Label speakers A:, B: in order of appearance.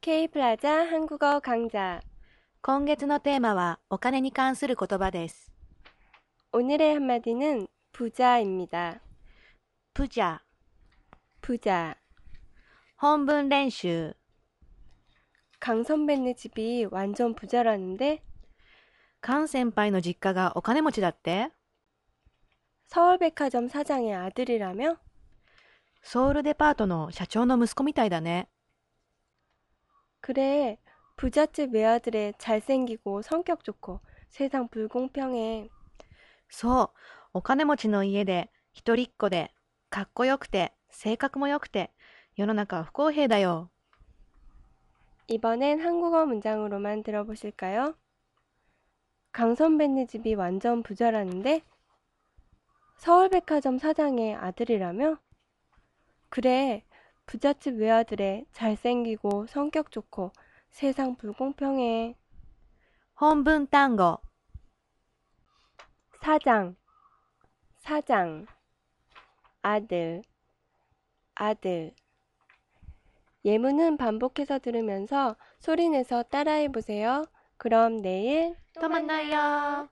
A: K 플라자 한국어 강좌.
B: 今月のテーマはお金に関する言葉です。
A: 오늘의 한마디는 부자입니다.
B: プジャ、
A: 부자.
B: 本文練習。
A: 강 선배네 집이 완전 부자라는데
B: カン先輩の実家がお金持ちだって、
A: 서울백화점 사장의 아들이라며?
B: ソウルデパートの社長の息子みたいだね。
A: 그래. 부잣집 외아들의 잘생기고 성격 좋고 세상 불공평해.
B: そう、お金持ちの家で、一人っ子で、かっこよくて、性格も良くて、世の中は不公平だよ。
A: 이번엔 한국어 문장으로만 들어보실까요? 강 선배네 집이 완전 부자라는데? 서울백화점 사장의 아들이라며? 그래, 부잣집 외아들의 잘생기고 성격 좋고 세상 불공평해.
B: 本文単語、
A: 사장, 사장, 아들, 아들. 예문은 반복해서 들으면서 소리내서 따라해보세요. 그럼 내일
B: 止まんないよ。